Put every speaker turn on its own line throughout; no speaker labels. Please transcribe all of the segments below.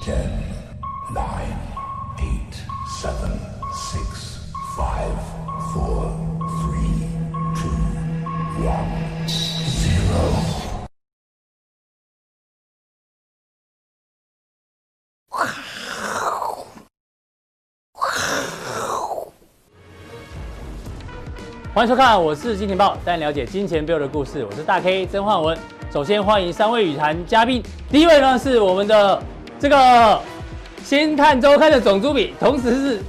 Ten, nine, eight, seven, six, five, four, three, two, one, zero.
欢迎收看，我是金钱豹，带你了解金钱背后的故事。我是大 K 曾焕文。首先欢迎三位语坛嘉宾，第一位呢是我们的这个《星探周刊》的总主笔，同时是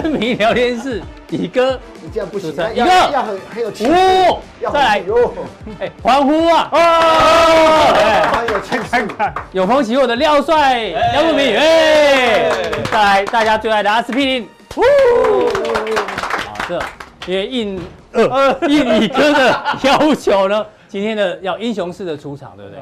知名聊天室乙哥。
你这样不行，
主持人
要
一个
要很很有气势，
哦
要
再来
很有，
哎，欢呼啊！哦，哎
很有气势。
有朋起我的廖帅、廖文明，哎，再来大家最爱的阿司匹林，呼！好，这因为应呃应乙哥的要求呢，今天的要英雄式的出场，对不对？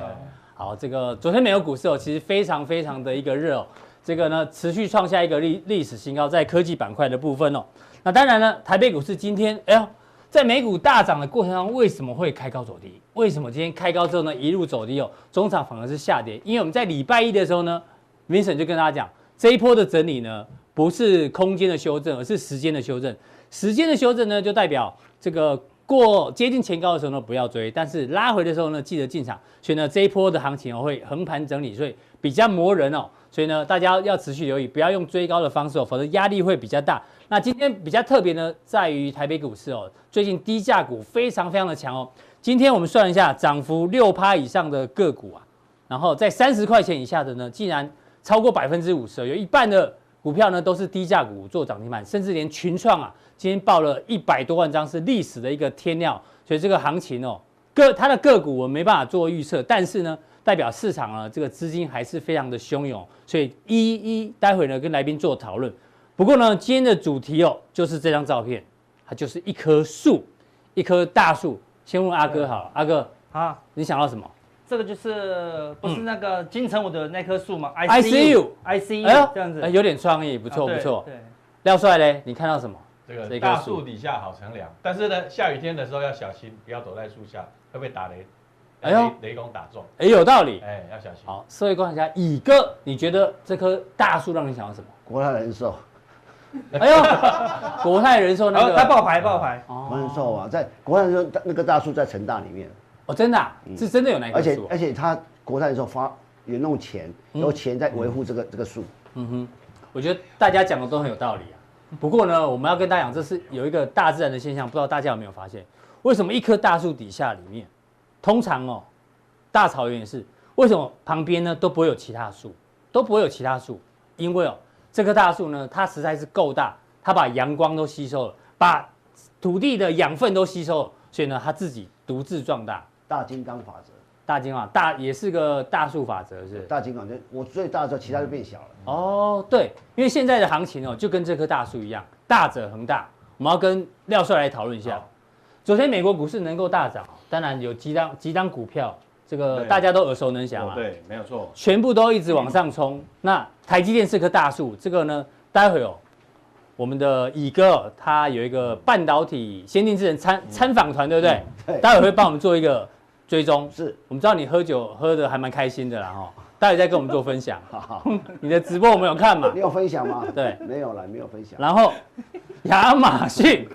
好，这个昨天美国股市哦，其实非常非常的一个热哦，这个呢持续创下一个历历史新高，在科技板块的部分哦。那当然呢，台北股市今天，哎呦，在美股大涨的过程中，为什么会开高走低？为什么今天开高之后呢，一路走低哦，中场反而是下跌？因为我们在礼拜一的时候呢，Vincent 就跟大家讲，这一波的整理呢，不是空间的修正，而是时间的修正。时间的修正呢，就代表这个过接近前高的时候呢，不要追，但是拉回的时候呢，记得进场。所以呢，这一波的行情哦会横盘整理，所以比较磨人哦。所以呢，大家要持续留意，不要用追高的方式哦，否则压力会比较大。那今天比较特别呢，在于台北股市哦，最近低价股非常非常的强哦。今天我们算一下，涨幅六趴以上的个股啊，然后在三十块钱以下的呢，竟然超过百分之五十，有一半的股票呢都是低价股做涨停板，甚至连群创啊，今天爆了一百多万张，是历史的一个天量，所以这个行情哦，个它的个股我没办法做预测，但是呢，代表市场啊这个资金还是非常的汹涌，所以一一待会呢跟来宾做讨论。不过呢，今天的主题哦就是这张照片，它就是一棵树，一棵大树。先问阿哥好了，阿哥
啊，
你想到什么？
这个就是不是那个金城武的那棵树
嗯
吗
ICU
ICU 这样子，
哎有点创意，不
不
错不错。
对，
廖帅嘞，你看到什么？
这个
这棵
大
树
树底下好乘凉，但是呢，下雨天的时候要小心，不要躲在树下，会被打雷，
哎呦
雷雷公打中，
哎，有道理。
哎，要小心。
好，社会观察家乙哥，你觉得这棵大树让你想到什么？
国泰人寿，
哎 呦，国泰人寿
然
那
后
个，
他爆牌爆牌，
哦
国泰人寿啊，在国泰人寿那个大树在成大里面，
哦，真的啊是真的有那
而
棵
且
树啊。
而且他国泰人寿发也弄钱，有钱在维护这个这个树，
嗯哼，我觉得大家讲的都很有道理啊。不过呢，我们要跟大家讲，这是有一个大自然的现象，不知道大家有没有发现？为什么一棵大树底下里面，通常哦，大草原也是，为什么旁边呢都不会有其他树，都不会有其他树？因为哦，这棵大树呢，它实在是够大，它把阳光都吸收了，把土地的养分都吸收了，所以呢，它自己独自壮大。
大金刚法则，
大金啊，大也是个大树法则，是不是？
大金刚就我最大的时候，其他就变小了。
哦，对，因为现在的行情哦，就跟这棵大树一样，大者恒大。我们要跟廖帅来讨论一下
好。
昨天美国股市能够大涨，当然有几档几档股票，这个
对
大家都耳熟能详
哦
啊，
对，没有错。
全部都一直往上冲。那台积电是棵大树，这个呢，待会哦，我们的乙哥哦他有一个半导体先进智能
嗯
参参访团，对不对？
对
待会会帮我们做一个追踪。
是，
我们知道你喝酒喝的还蛮开心的啦哈，待会再跟我们做分享。
哈 哈，
你的直播我们有看嘛？
你有分享 吗？
对
没有了，没有分享。
然后亚马逊，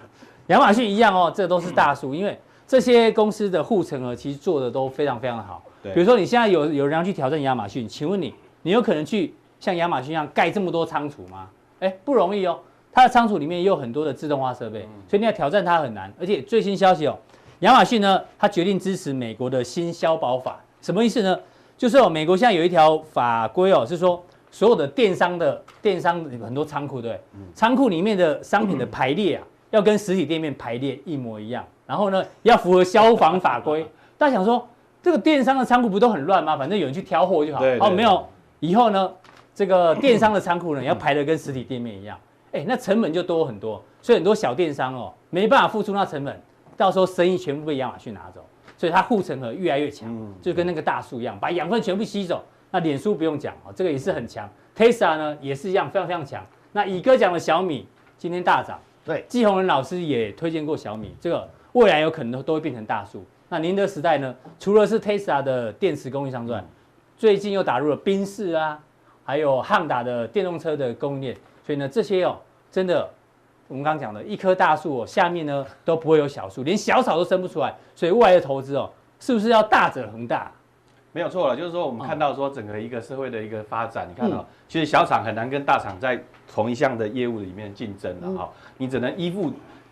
亚马逊一样哦，这都是大树，因为这些公司的护城河其实做的都非常非常好。
对
比如说你现在有有人要去挑战亚马逊，请问你，你有可能去像亚马逊一样盖这么多仓储吗？哎，不容易哦。它的仓储里面也有很多的自动化设备，
嗯
所以你要挑战它很难。而且最新消息哦，亚马逊呢，它决定支持美国的新消保法，什么意思呢？就是哦，美国现在有一条法规哦，是说所有的电商的电商很多仓库对不对，
嗯
仓库里面的商品的排列啊，要跟实体店面排列一模一样，然后呢，要符合消防法规。大家想说，这个电商的仓库不都很乱吗？反正有人去挑货就好。
对
哦，
对
没有，以后呢，这个电商的仓库呢，要排的跟实体店面一样，哎，那成本就多很多，所以很多小电商哦，没办法付出那成本，到时候生意全部被亚马逊拿走，所以它护城河越来越强，就跟那个大树一样，把养分全部吸走。那脸书不用讲哦，这个也是很强，Tesla 呢也是一样，非常非常强。那乙哥讲的小米今天大涨，
对，
季宏仁老师也推荐过小米，这个未来有可能都都会变成大树。那宁德时嗯代呢，除了是 Tesla 的电池供应商之外，最近又打入了宾士啊，还有汉达的电动车的供应链，所以呢，这些哦，真的，我们刚刚讲的一棵大树哦，下面呢都不会有小树，连小草都生不出来，所以未来的投资哦，是不是要大者恒大？
没有错了，就是说我们看到说整个一个社会的一个发展，你
嗯
看到、哦其实小厂很难跟大厂在同一项的业务里面竞争了
嗯
哈、你只能依附，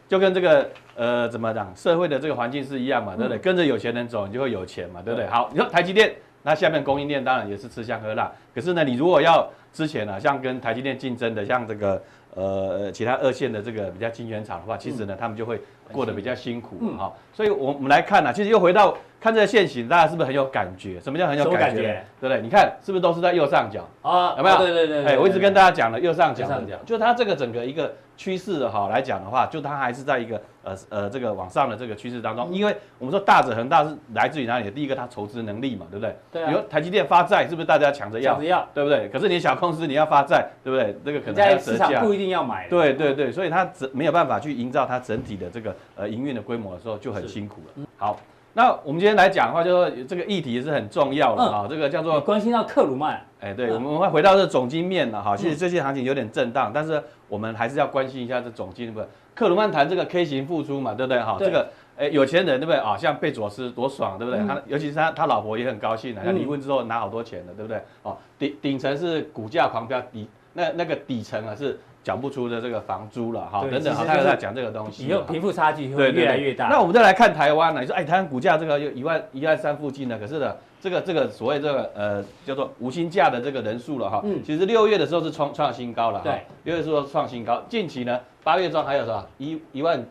就跟这个呃怎么讲，社会的这个环境是一样嘛，
嗯
对不对？跟着有钱人走，你就会有钱嘛，对不对？好，你说台积电，那下面供应链当然也是吃香喝辣，可是呢，你如果要之前啊，像跟台积电竞争的，像这个呃其他二线的这个比较晶圆厂
嗯
的话，其实呢，他们就会过得比较辛苦哈、所以我们来看啊，其实又回到看这个现形，大家是不是很有感觉？什么叫很有
什么
感
感
觉
觉
呢？对不对？你看是不是都是在右上角？
啊
有没有？
对对对对，
哎，我一直跟
大
大家讲了，右上角
右上角
的，就它这个整个一个趋势的哈来讲的话，就它还是在一个呃呃这个往上的这个趋势当中。
嗯
因为我们说大者恒大是来自于哪里？第一个，它筹资能力嘛，对不对？
对啊
你说台积电发债，是不是大家抢着
讲
要
着？要，
对不对？可是你小公司你要发债，对不对？这个可
你
能还要
在
折
市
价
场。不一定要买，，
对对对，所以它整没有办法去营造它整体的这个呃营运的规模的时候，就很辛苦了。好，那我们今天来讲的话，就是说这个议题是很重
嗯
要的啊、这个叫做
关心到克鲁曼，
哎，对，
嗯
我们会回到这总经面了哈。其实这些行情有点震荡，但是我们还是要关心一下这总经的部分。克鲁曼谈这个 K 型复苏嘛，对不对哈？
对嗯
这个哎，有钱人对不对啊？像贝佐斯多爽，对不对？他尤其是他他老婆也很高兴啊，他离婚之后拿好多钱了，对不对？哦，顶顶层是股价狂飙，底那那个底层啊是缴不出的这个房租了哈，
对
等等
其
啊，
实
他
就
有
是
在讲这个东西
以后
啊。
贫富差距
对
会
对对
越来越大。
那我们再来看台湾呢？你说，哎，台湾股价这个有一万一万三附近呢，可是呢，这个这个所谓这个呃叫做无薪假的这个人数了哈，
嗯
其实六月的时候是创创新高了哈，
对，
六月说创新高，近期呢八月中还有多少一一万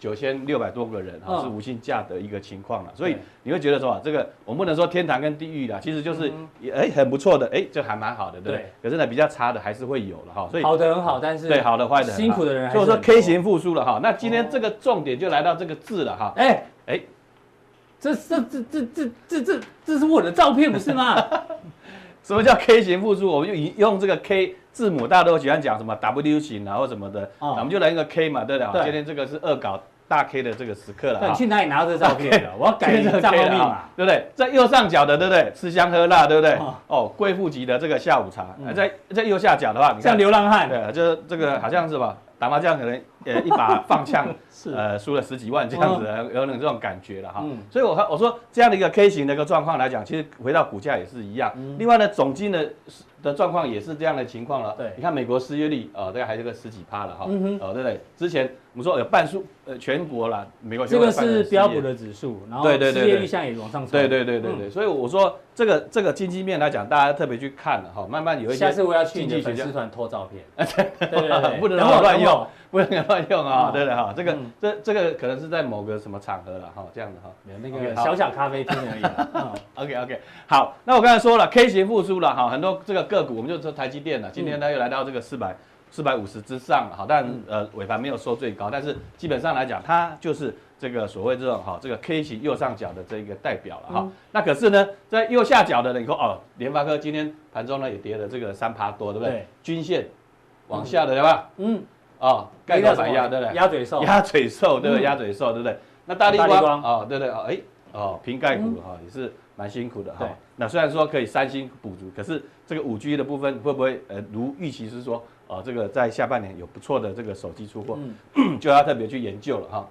九千六百多个人哈、
嗯
是无薪假的一个情况了，所以
对
你会觉得说这个我们不能说天堂跟地狱啦，其实就是哎、很不错的，哎这还蛮好的，对不对
嗯对？
可是呢比较差的还是会有了哈，所以
好的很好，但是
对，好的坏的，
辛苦的人还是
所以我说
很多哦
K 型复苏了哈。那今天这个重点就来到这个字了哈。
哎哎
哎，
这这这这这这这这是我的照片不是 吗？
什么叫 K 型复苏？我们就以用这个 K 字母，大家都喜欢讲什么 W 型啊或什么的，
哦
我们就来一个 K 嘛，对不
对
对？今天这个是恶搞大 K 的这个时刻了
对你
哈
去。哪里拿到这照片的？我要改
今天这个
账号
K
密
了
码
哈。，对不对？在右上角的，对不对？吃香喝辣，对不对
哦？嗯
哦，贵妇级的这个下午茶，在在右下角的话，你看
像流浪汉，
对，就是这个好像是吧，打麻将可能呃一把 放枪，呃输了十几万这样子，有点这种感觉了哈。
嗯
所以我看我说这样的一个 K 型的一个状况来讲，其实回到股价也是一样。
嗯
另外呢，总金的的状况也是这样的情况了。
对
你看美国失业率呃大概还是个十几趴了哈，
嗯哼
哦对不对？之前我们说有半数呃全国啦，美国全
这
国
个
有半数
是
失业
标普的嗯指数，然后
对对对
失业
对
率现在也往上冲。
对对对对对，所以我说这个这个经济面来讲，大家特别去看了哈，慢慢有一些
下次我要去
经
你
济
的
学
粉
家
丝团偷照 片，对对对，
不能
等我
乱用
等我
不能乱用啊、
嗯
对的哈，这个、
嗯
这这个可能是在某个什么场合了哈，这样子哈。
没有那个
OK，好
小小咖啡厅而已 啦。嗯
OK OK，好，那我刚才说了 K 型复苏了哈，很多这个个股我们就说台积电了，今天它又来到这个四百四百五十之上了哈，但呃尾盘没有收最高，但是基本上来讲，它就是这个所谓这种哈这个 K 型右上角的这一个代表了哈。那可是呢，在右下角的呢，你说哦，联发科今天盘中呢也跌了这个三趴多，对不对？
对
均线往下的对吧？
嗯，
哦，
那
盖
个
头
什么
板压对不对？
鸭嘴兽，
鸭嘴兽对不
嗯
对？鸭嘴兽对不对？那大力
大力
光
光
哦，对对哦，哎哦，瓶盖股哈也是蛮辛苦的哈
对。
那虽然说可以三星补足，可是这个五 G 的部分会不会呃如预期是说哦这个在下半年有不错的这个手机出货，
嗯
就要特别去研究了哈。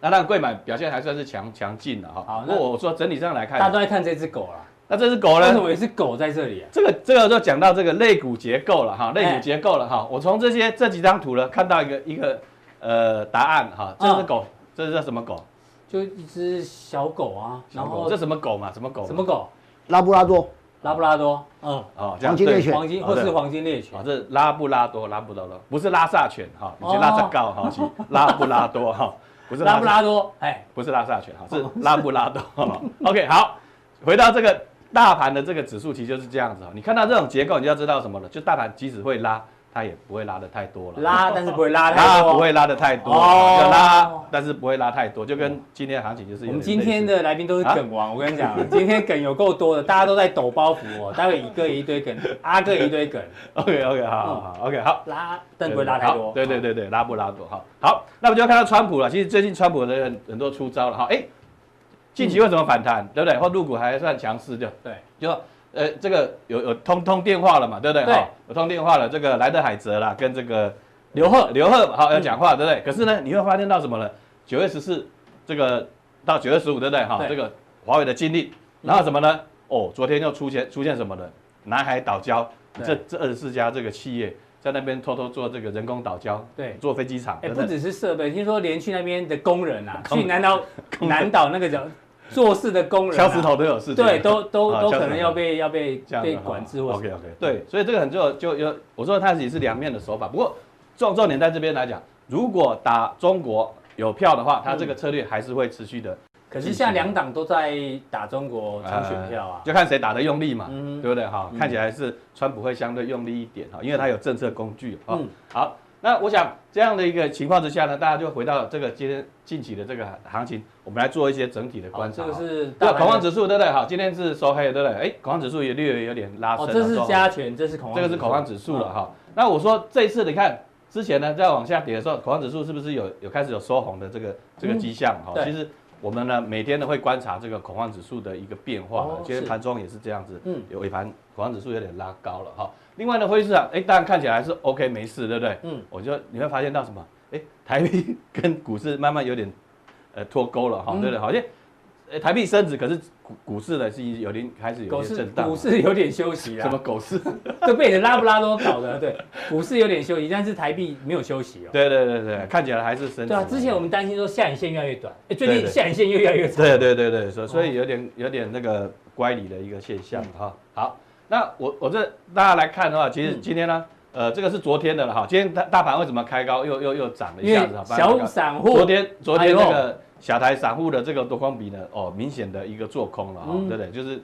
那当然，贵买表现还算是强强劲了哈。
好
不过我说整体上来
大家
看
都，在看这只狗啦。
那这只狗
为
呢
什？么有一只狗在这里啊？
这个这个就讲到这个肋骨结构了哈，肋
哎
骨结构了哈。我从这些这几张图呢，看到一个一个呃答案哈。这只
嗯
狗，这是叫什么狗？
就一只小狗啊，
小
然
狗，
后
这什么狗嘛？什么狗嘛？
什么狗？
拉布拉多，
拉布拉多，嗯，
哦，这样
黄金猎
对
犬，
黄金
哦
或是
对
黄金猎犬
哦，，这是拉布拉多，拉布拉多不是拉萨犬哈，你是拉萨高哈，是拉布拉 多哈，不是
拉布
萨
拉多，哎，
不是拉萨犬哈，是拉布拉多。OK，好，回到这个大盘的这个指数，其实就是这样子哈。你看到这种结构，你就要知道什么了，就大盘即使会拉，它也不会拉的太多了。
拉但是不会拉太
拉
多。
不会拉的太多，
哦
要拉，但是不会拉太多，就跟今天行情就是有
我们
点类似啊
今天 的来宾都是梗王，我跟你讲， 今天梗有够多的，大家都在抖包袱哦。待会一个一堆 梗，阿哥一堆梗，
OK OK 好好好 OK 好。
拉嗯但不会拉太多。
好对对对对，拉不拉多哈。好，那我们就要看到川普了。其实最近川普的很很多
嗯
出招了哈。哎，近期为什么反弹，对不对？或入股还算强势，就
对，
就呃，这个有有通通电话了嘛，对不对？
对
哈有通电话了。这个莱德海泽啦，跟这个
刘贺
刘贺好要讲话，对
嗯
不对？可是呢，你会发现到什么呢？九月十四这个到九月十五，对不对？哈，
对
这个华为的经历，然后什么呢？哦，昨天又出现出现什么呢？南海岛礁，这
对
这二十四家这个企业在那边偷偷做这个人工岛礁，
对
做飞机场，
哎，
对
不
对
只是设备，听说连去那边的工人啊，
工
去南岛南岛那个叫做事的工人啊，
敲石头都有事情，
对，都都
啊
都
敲石
可能
头
要被要被
这样
被管制或
OK
者
OK，对，所以这个很重要，就有我说它也是两面的手法。不过重重点在这边来讲，如果打中国有票的话，它这个策略还是会持续的
可
嗯
是现在两党都在打中国抢选票啊嗯
呃，就看谁打得用力嘛，对不对哈？看起来是川普会相对用力一点哈，因为他有政策工具哈。
嗯
好，那我想这样的一个情况之下呢，大家就回到这个今天近期的这个行情，我们来做一些整体的
好
观
这
察哦。
个是
对
大
恐慌
指
指数对不对？好，今天是收黑对不对？哎，恐慌指数也略微有点拉升
哦，
了。
这是
收
加权，这是恐慌，啊
这个是恐慌指数了哈。那我说这一次你看之前呢，在往下跌的时候，恐慌指数是不是有有开始有收红的这个这个迹象哈？
嗯对
其实我们呢每天都会观察这个恐慌指数的一个变化
哦
哈。今天
是
盘中也是这样子，
嗯
嗯，有尾盘恐慌指数有点拉高了哈。另外呢，汇率市场哎，当然看起来是 OK 没事，对不对？
嗯
嗯，我就你会发现到什么？哎，台币 跟股市慢慢有点呃脱钩了哈，对不
嗯
对？好像。哎台币升值，可是股股市呢是有点开始有
股
一些
市
震荡。
股市有点休息
什么
啦，
狗市？
这被你拉不拉都搞的，对，股市有点休息，但是台币没有休息哦。
对对对对，看起来还是升值。
对啊，之前我们担心说下影线越来越短，哎，最
对
近
对
下影线越来越长。
对对对对，
哦
所以所以有点有点那个乖离的一个现象哈。好，那我我这大家来看的话，其
嗯
实今天呢，呃，这个是昨天的了哈。今天大大盘为什么开高又又又涨了一
因
下
为
子？哈？翻了一
小
个
散户
昨天昨天
哎呦
那个小台散户的这个多空比呢，哦，明显的一个做空了哈，
嗯
对不对？就是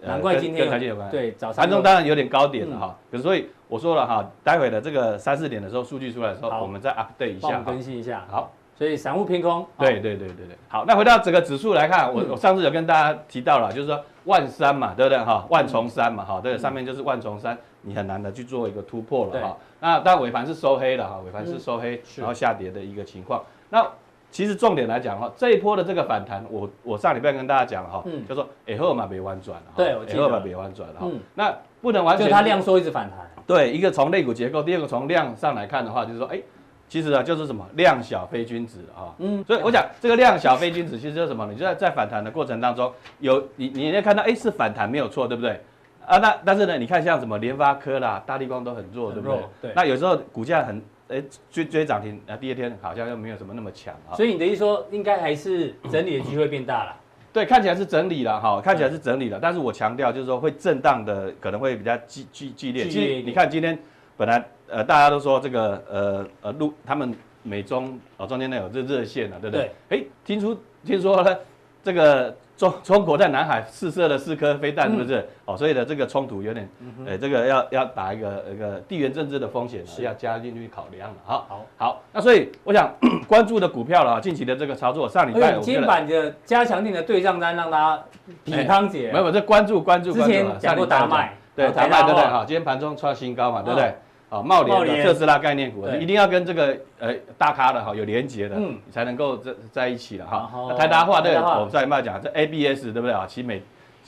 呃
难怪
跟
今天
跟台积有关。
对早上
盘中
有
当然有点高点
嗯
了哈，可是所以我说了哈，待会的这个三四点的时候数据出来的时候
好，
我们再 update 一
帮我
下
们
哈。
更新一下，
好。
所以散户偏空，
对对对对对，好，那回到整个指数来看，
嗯
我、我上次有跟大家提到了，就是说万三嘛，对不对
嗯
哈？万重山嘛，哈，对，上面就是万重山，你很难的去做一个突破
对嗯
了哈。那但尾盘是收黑了哈，尾盘是收黑，然后下跌的一个情况。那其实重点来讲哈，这一波的这个反弹，我我上礼拜跟大家讲哈，
嗯
就说哎后嘛别弯转了哈，哎
对我记得
后嘛别弯转了哈
嗯，
那不能完
就
全
它量缩一直反弹，
对，一个从类股结构，第二个从量上来看的话，就是说，哎，其实啊，就是什么量小非均值啊，
嗯
嗯，所以我讲这个量小非均值其实就是什么？你就在在反弹的过程当中，有你你也看到，哎，是反弹没有错，对不对？啊，那但是呢，你看像什么联发科啦、大力光都很弱，
很
对不对
弱？对
那有时候股价很，哎，追追涨停，啊，第二天好像又没有什么那么强啊。
所以你的意思说应该还是整理的机会变大了。
对，看起来是整理了哈，看起来是整理了，但是我强调就是说会震荡的，可能会比较激激激烈。
激
其
烈一
实
点
你看今天本来呃大家都说这个呃呃陆他们美中哦中间呢有热热线了、对不对？哎，听出听说呢这个中中国在南海试射了四颗飞
嗯
弹，是不是？哦，所以呢这个冲突有点，呃，这个要要打一个一个地缘政治的风险啊是要加进去考量了啊哈。
好，
好，那所以我想 关注的股票了，近期的这个操作，上嗯礼
而且
拜哎
你哎
我
今天
觉得。
把你的加强定的对账单让大家比康姐，
没有，没有这关注关注
之
关注
前
啊
讲过
上礼拜
达麦
讲对
然后
达
台
麦
达
对不对？
旺
好，今天盘中创新高嘛，对
嗯
不对？好，茂
茂
联
联
的特斯拉概念股
对
一定要跟这个呃大咖的哈有连结的，
嗯
你才能够在在一起了
然
哈。
后
那台达化
台
对，
达化
我们再慢讲这 ABS 对不对啊？奇美。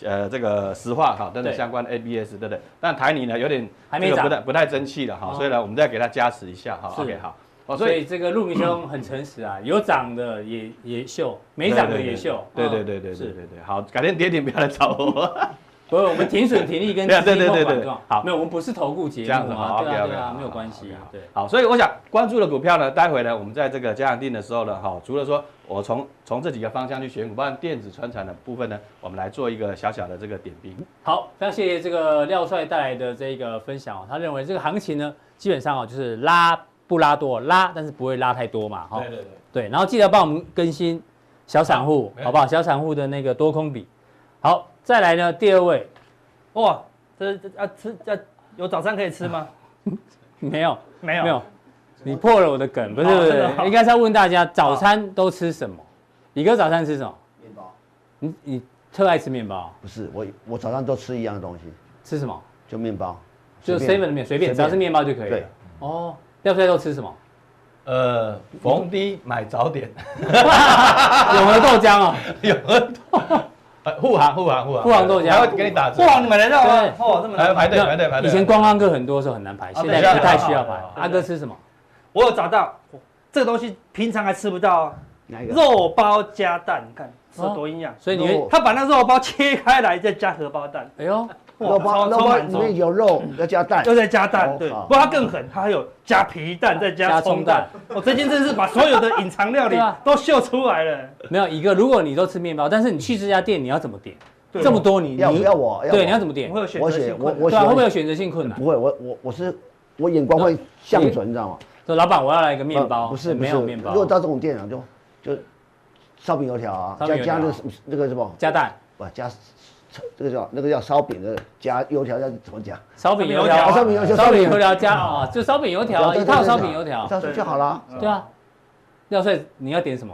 呃，这个石化哈等等
对
相关的 ABS 对不对？但台泥呢有点
还没
这个
涨
不
哦
太不太争气了哈，所以呢我们再给它加持一下哈。
是
OK 好，哦
所以这个陆明兄很诚实啊，有涨的也也秀，没涨的也秀。
对
嗯
对对对对对
是。
对对，好，改天跌停不要来找我。
不是我们停损停利跟
对啊对对
资金控
对
管
对
状
好
哦没有，我们不是投顾节目
这样子
啊，
好
对
，OK
啊
OK，
对啊，没有关系。对，
好，所以我想关注的股票呢，待会呢，我们在这个加强定的时候呢，哈，除了说我从从这几个方向去选股，包括电子、传产的部分呢，我们来做一个小小的这个点评。
好，非常谢谢这个廖帅带来的这个分享哦。他认为这个行情呢，基本上哦就是拉不拉多，拉但是不会拉太多嘛，哈
对。对对，
对，然后记得帮我们更新小散户，
没问题
好不好？小散户的那个多空比。好，再来呢，第二位
哦哇，这这啊吃啊有早餐可以吃吗？
没有
没
啊没有，你破了我的梗，不是不
真
是
的，哦
应该是要问大家早餐都吃什么？李哥早餐吃什么？
面包
你你特爱吃面包，
不是我，我早上都吃一样的东西，
吃什么？
就面包，
就
随
seven
便
的面，随便只要是面包就可以了
对。
哦，廖帅都吃什么？
呃， 逢低买早点，
永和豆浆哦，
有呃，护航护航护航，
护航都有
还会给你打折，
不好，你买得到吗
对？哎
哦，这么
还
难
要排队排队排队。
以前观光客很多的时候很难
哦
排，
啊
现在
对
不太需要排
好好。好
阿哥吃什么？
我有找到这个东西，平常还吃不到啊，
哪一个？
肉包加蛋，你看这
哦
多营养。
所以你会
肉，
他把那肉包切开来，再加荷包蛋，
哎呦，
哇
肉包
超
肉
超
包
满
里
足
面有肉，要加蛋
又。再加蛋，
哦
对，
好
不过它更狠，它还有加皮蛋，再加
加
葱
葱
蛋。我最近真是把所有的隐藏料理
对啊
都秀出来了。
没有一个，如果你都吃面包，但是你去这家店你要怎么点？
对
这么多你
要
你
要我要我
对你要怎么点
我？会有选
我
择
写
性
我
困
对
我写
啊，会不会有选择性困难？
不会，我我我是我眼光会向准，你知道吗？呃
说老板我要来一个面包，
不是不
没
是
有面包
如，果到这种店啊，就就烧饼油条啊，
烧饼
加
油条
加那个什么那个什么，
加蛋、
不加这个叫那个叫烧饼的，加油条要怎么讲？
烧饼油
啊
条、
烧饼油条
哦烧饼油
烧饼
条加啊，就烧饼油条啊一套烧饼油条
这，样说就好了啊。
对啊。廖帅，你要点什么？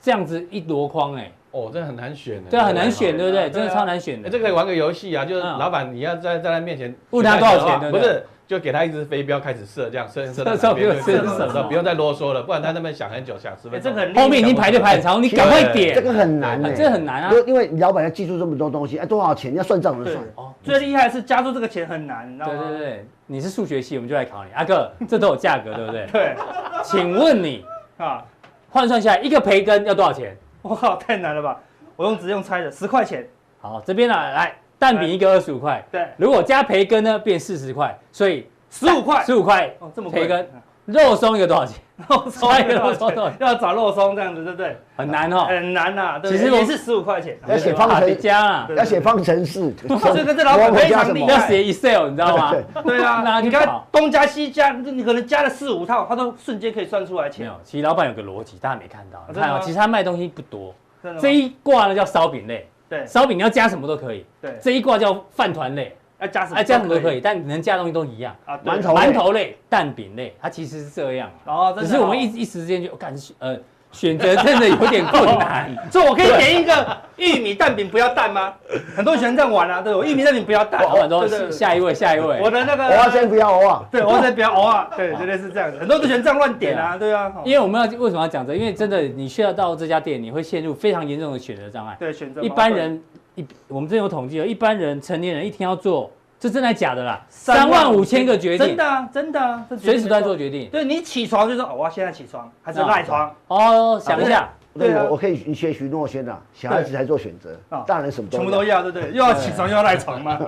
这样子一箩筐哎，
哦，这很难选的，
对啊，很难选，对不对？
啊
真的超难选
哎
的
这。可以玩个游戏啊，就是
嗯
老板你要在在他面前
问他多少钱对不
啊不
对
是，就给他一支飞镖开始射，这样射射到
射
哪边就
射射
射
什么
不用再啰嗦了，不然他那边想很久，想十
哎
分
这
钟。
个很厉害
后面已经排队排很长，你赶快点。
这个很难欸呢、
啊这很难啊
因为因为老板要记住这么多东西，哎，多少钱？你要算账的
对
算。
哦
最厉害的是加注这个钱很难，你知道
对
吗？
对对，你是数学系，我们就来考你。阿哥，这都有价格，对不 对？
对
请问你
啊，
换算下来一个培根要多少钱？
我靠，太难了吧！我用只用猜的，十块钱，
好，这边呢、啊来蛋饼一个二十五块，
对，
如果加培根呢变四十块，所以
十五块，
十五块
哦，这么贵，哦
培根 肉松一个多少钱？
肉松
猜肉
肉
松多少
松
钱
要找肉松这样子，对不对？
很难哦，
很难呐，对不对
其实我
也是十五块钱，
要写方
法
程，
加啊，
对
要写方 程式。
所以这老板非常厉害
要写 Excel，你知道吗？
对
那
啊，
就
你
跑
看东加西加，你可能加了四五套，他都瞬间可以算出来
没
钱，
有，哦其实老板有个逻辑，大家没看到。你
啊真的
看哦
吗，
其实他卖东西不多，
真的吗
这一挂呢叫烧饼类，
对
烧饼你要加什么都可以；
对，
这一挂叫饭团类，
要加什么？
哎，加什么都可以，但你能加的东西都一样。
啊，对
馒头
馒
类，
头类、蛋饼类，它其实是这样，
哦，真
只
的
是我们
哦
一一时间就感呃选择真的有点困 难。
所以我可以点一个玉米蛋饼不要蛋吗？很多人喜欢这样玩啊，对，我玉米蛋饼不要蛋，
老板
对
说
对
下一位，下一位，
我的那
我要
个，
先不要哦啊。
对，我在比较偶尔，对，绝对是这样子，很多都喜欢这样乱点啊，对啊，
因为我们要为什么要讲这个因为真的你去到这家店，你会陷入非常严重的选择障碍。
对选择
一般人一我们这有统计了，哦一般人成年人一天要做，这真的假的啦？三万五千个决
真
定
的，啊，真的啊，这绝对
随时都在
没错
做。决定。
对你起床就说，哦我要现在起床，还是
啊
赖床？
哦，想一下，
对
对啊
我我可以学徐诺轩啊，小孩子才做选择
啊，
大人什么
全部
要
都要，对不对？又要起床又要赖床吗？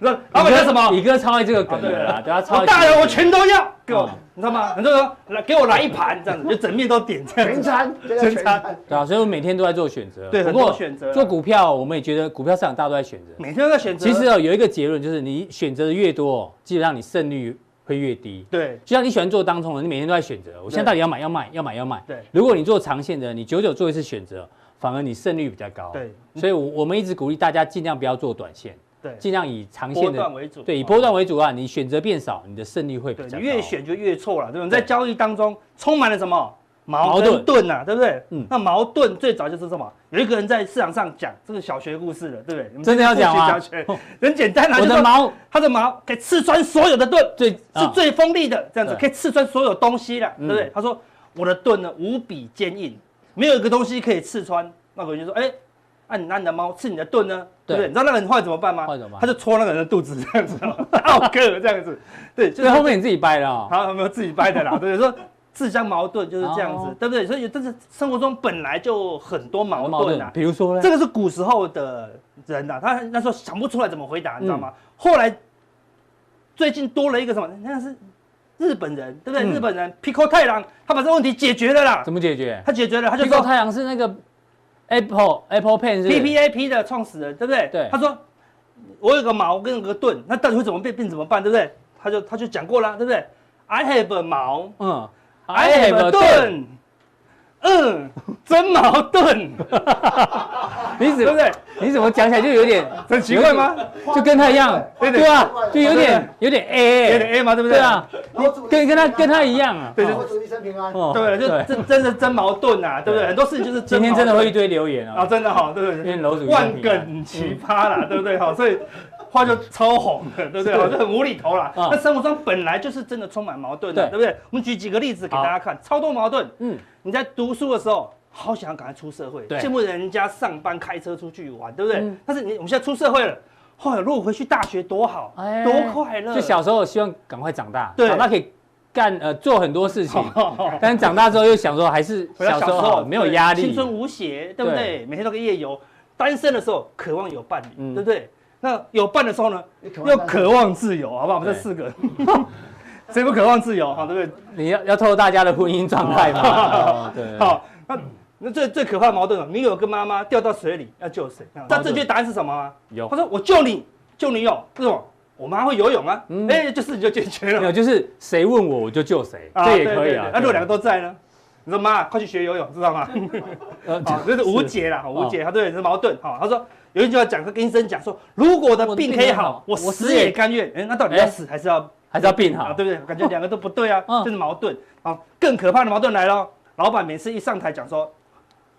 那老板叫什么？哦
李哥超爱这个梗的啦，对他啊超
我
爱。
大人我全都要，给我
嗯，
你知道吗？很多人说来给我来一盘这样子，就整面都点这样
全
子。
餐，这叫全
全餐
餐。
对啊，所以我每天都在做选择。
对
不
很
过
多选择啊
做股票，我们也觉得股票市场大家都在选择。
每天都在选择，
其实哦，有一个结论就是，你选择的越多，基本上你胜率会越低。
对
就像你喜欢做当冲的，你每天都在选择，我现在到底要买要卖，要买要卖。
对
如果你做长线的，你久久做一次选择，反而你胜率比较高。
对，
所以我我们一直鼓励大家尽量不要做短线，
对，
尽量以长
波
线的
段为主，
对以波段为主啊，你选择变少，你的胜率会比
对
较
你
高。
越选就越错了，对不对？在交易当中充满了什么矛
盾
跟盾啊，对不对？
嗯
那矛盾最早就是什么？有一个人在市场上讲这个小学故事的，对不对？你们
真的要讲吗哦
不学小学很简单啊，
我
就
的
是说
毛
他的矛可以刺穿所有的盾，
最啊
是最锋利的，这样子
对嗯
可以刺穿所有东西了，对不对？他说我的盾呢无比坚硬，没有一个东西可以刺穿。那个人就说，哎，那你拿你的猫刺你的盾呢，对
对
不对？你知道那个人后来怎么办吗？
后来怎么办
他就戳那个人的肚子这样子， 奥克这样子，对，就
所以后面你自己掰了哦。
他有没有自己掰 的啦？对，说自相矛盾就是这样子
哦，
对不对？所以但是生活中本来就很多矛盾啊。
比如说呢？
这个是古时候的人呐、他那时候想不出来怎么回答，你知道吗？后来最近多了一个什么？那是日本人，对不对？
嗯
日本人 Pico 太郎，他把这个问题解决了啦
怎。么解决？
他解决了，他就
苹果
说
太阳是那个 Apple Apple Pen 是
P P A P 的创始人，对不对？
对
他说我有个矛跟有个盾，那到底会怎么变变怎么办？对不对？他就他就讲过了，对不对？I have a 矛，
嗯
I have a 盾，嗯，真矛盾，
你怎
对不
么
对？
你怎么讲起来就有点
很奇怪吗？
就跟他一样，对啊，就有点有点 A，
有点 A 嘛，对不对？
对啊，跟跟他跟他一样啊，
对对
我祝你生平安。
哦
对，就真真的真矛盾啊，对不对？很多事情就是
今天真的
矛
会
盾
一堆留言
啊，
哦，
真的好，对不
因为
对？
楼主啊
万梗
嗯
奇葩啦，对不对？好，所以话就超红的，对不对？好，就很无厘头啦。
啊
那生活中本来就是真的充满矛盾的，
对
对不对？我们举几个例子给大家看，超多矛盾。
嗯
嗯，你在读书的时候，好想要赶快出社会，
对嗯
羡慕人家上班开车出去玩，对不对？但是你我们现在出社会了，后来如果回去大学多好，
哎
多快乐。
就 小时候希望赶快长大，
对
长大可以干呃做很多事情， 但是长大之后又想说还是
回到
小时候好没有
对
压力，
青春无邪，对不对？每天都跟夜游。单身的时候渴望有伴侣，
嗯
对不对？那有伴的时候呢，
要
又渴望自由，好不好？我们这
对
四个， 谁不渴望自由？好，对不对？
你要要透露大家的婚姻状态嘛？
哦对，
好，那那最最可怕的矛盾了，你有个妈妈掉到水里要救谁？那正确答案是什么吗？
有
他说我救你，救你泳，为什么？我妈会游泳啊，哎，就是你就解
嗯
决
没有，
了，
就是谁问我我就救谁，
啊
这也
对
可
对
以
对
啊。
那如果两
对
个都在呢？你说妈，快去学游泳，知道吗？
呃哦
啊，这是无解啦，无解，他对是矛盾。哈，他说有一句话讲，他跟医生讲说，如果我
我
的
的
病
病
可以
很
好
好，
我
我
死
死
也
也
甘愿。哎，那到底
哎
要死还是要
还是要病好
啊，对不对？感觉两个都不对啊
嗯，
这是矛盾。好，更可怕的矛盾来了，哦老板每次一上台讲说，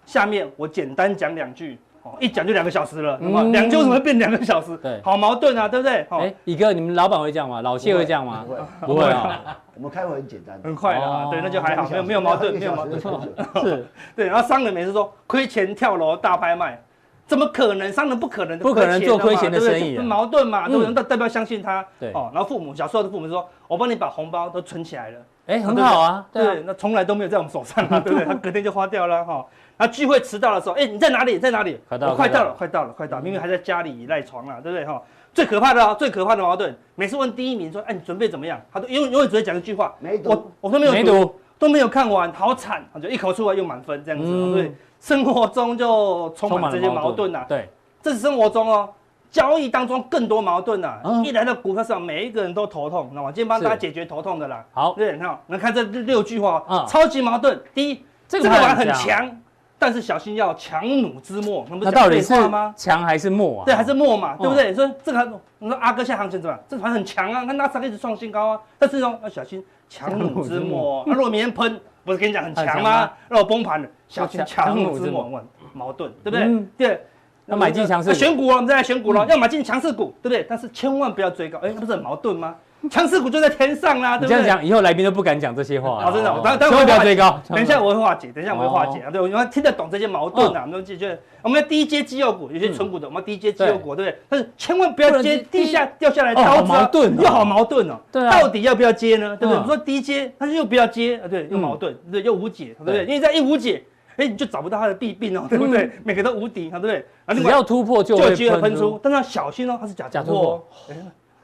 下面我简单讲两句，哦，一讲就两个小时了，好不好
嗯
两句为什么会变两个小时？
对
好矛盾啊，对不对？好
哎，，乙哥，你们老板会这样吗？老谢会这样吗
不？会，
不会啊，
我们开会很简单，
很快的啊
哦，
对，那就还好，没有没有矛盾，没有矛盾。
盾。
是
对，然后商人每次说亏钱跳楼大拍卖，怎么可能？商人不可能
不可能做亏钱的
嘛对不对
生意啊
这不矛盾嘛，对不对？
嗯
那代表相信他，
对
哦。然后父母小时候的父母说，我帮你把红包都存起来了，
哎，很好啊，对啊
对，那从来都没有在我们手上啊，对不对？他隔天就花掉了哈。然后聚会迟到的时候，哎，你在哪里？你在哪里？哦
快到了嗯
我快到了，快到了，快到了，明明还在家里赖床啊了，对不对哈？最可怕的啊，最可怕的矛盾，每次问第一名说，哎，你准备怎么样？他都永远永远只会讲一句话，
没读
我我都没有
梅
读
毒
都没有看完，好惨，就一口出来又满分这样子，
嗯
对，生活中就充满这些矛盾呐、啊。
对，
这是生活中哦，交易当中更多矛盾呐、
嗯
一来到股票市场，每一个人都头痛，那我今天帮
是
大家解决头痛的啦。
好，
对，你看哦，你看这六句话哦，
啊
超级矛盾。第一，
这个
这个
盘
盘
很
很
强
强，但是小心要强弩之末，那不
那
是
到
讲
底
废
是
话吗？
强还是末啊？
对，还是末嘛，
嗯
对不对？所以这个还你说阿哥现在行情怎么样？这个盘很强啊，看纳斯达克一直创新高啊，但是呢要小心强弩之末哦。那如果明天喷，不是跟你讲很
很
强
强吗
吗？那我崩盘了，小心
强
强弩之
强弩之
末，哇矛盾，对不对
嗯？
对。
那买进强势股嗯
那选股了，我们再来选股了，要买进强势股，对不对？但是千万不要追高，哎，那不是很矛盾吗？强势股就在天上啦，
你
对不
这样
对？
讲，以后来宾都不敢讲这些话了。
好，真的，
哦
我等等
千万
会
不要哦
化
追
解
高。
等一下我会化解，等一下我会化解啊。对，我们听得懂这些矛盾啊，我们都
嗯
解决。我们要低阶绩优股，有些纯股的，我们要低阶绩优股，对不对？但是千万不
不
要
能
接
低
地下掉下来
哦好
刀子啊，
矛盾哦
又好矛盾哦。
对啊
到底要不要接呢？对不对？
嗯
你说低阶，但是又不要接，啊，对，又矛盾，对，又无解，对不
对
对？
嗯
因为这样一无解，哎，你就找不到它的弊病哦，对不对？每个都无敌，啊，对不对？啊，
只
另外
要突破就
就有
会
机会喷
喷
出
出。，
但是要小心哦，它是假
假
突
突
破哦
破。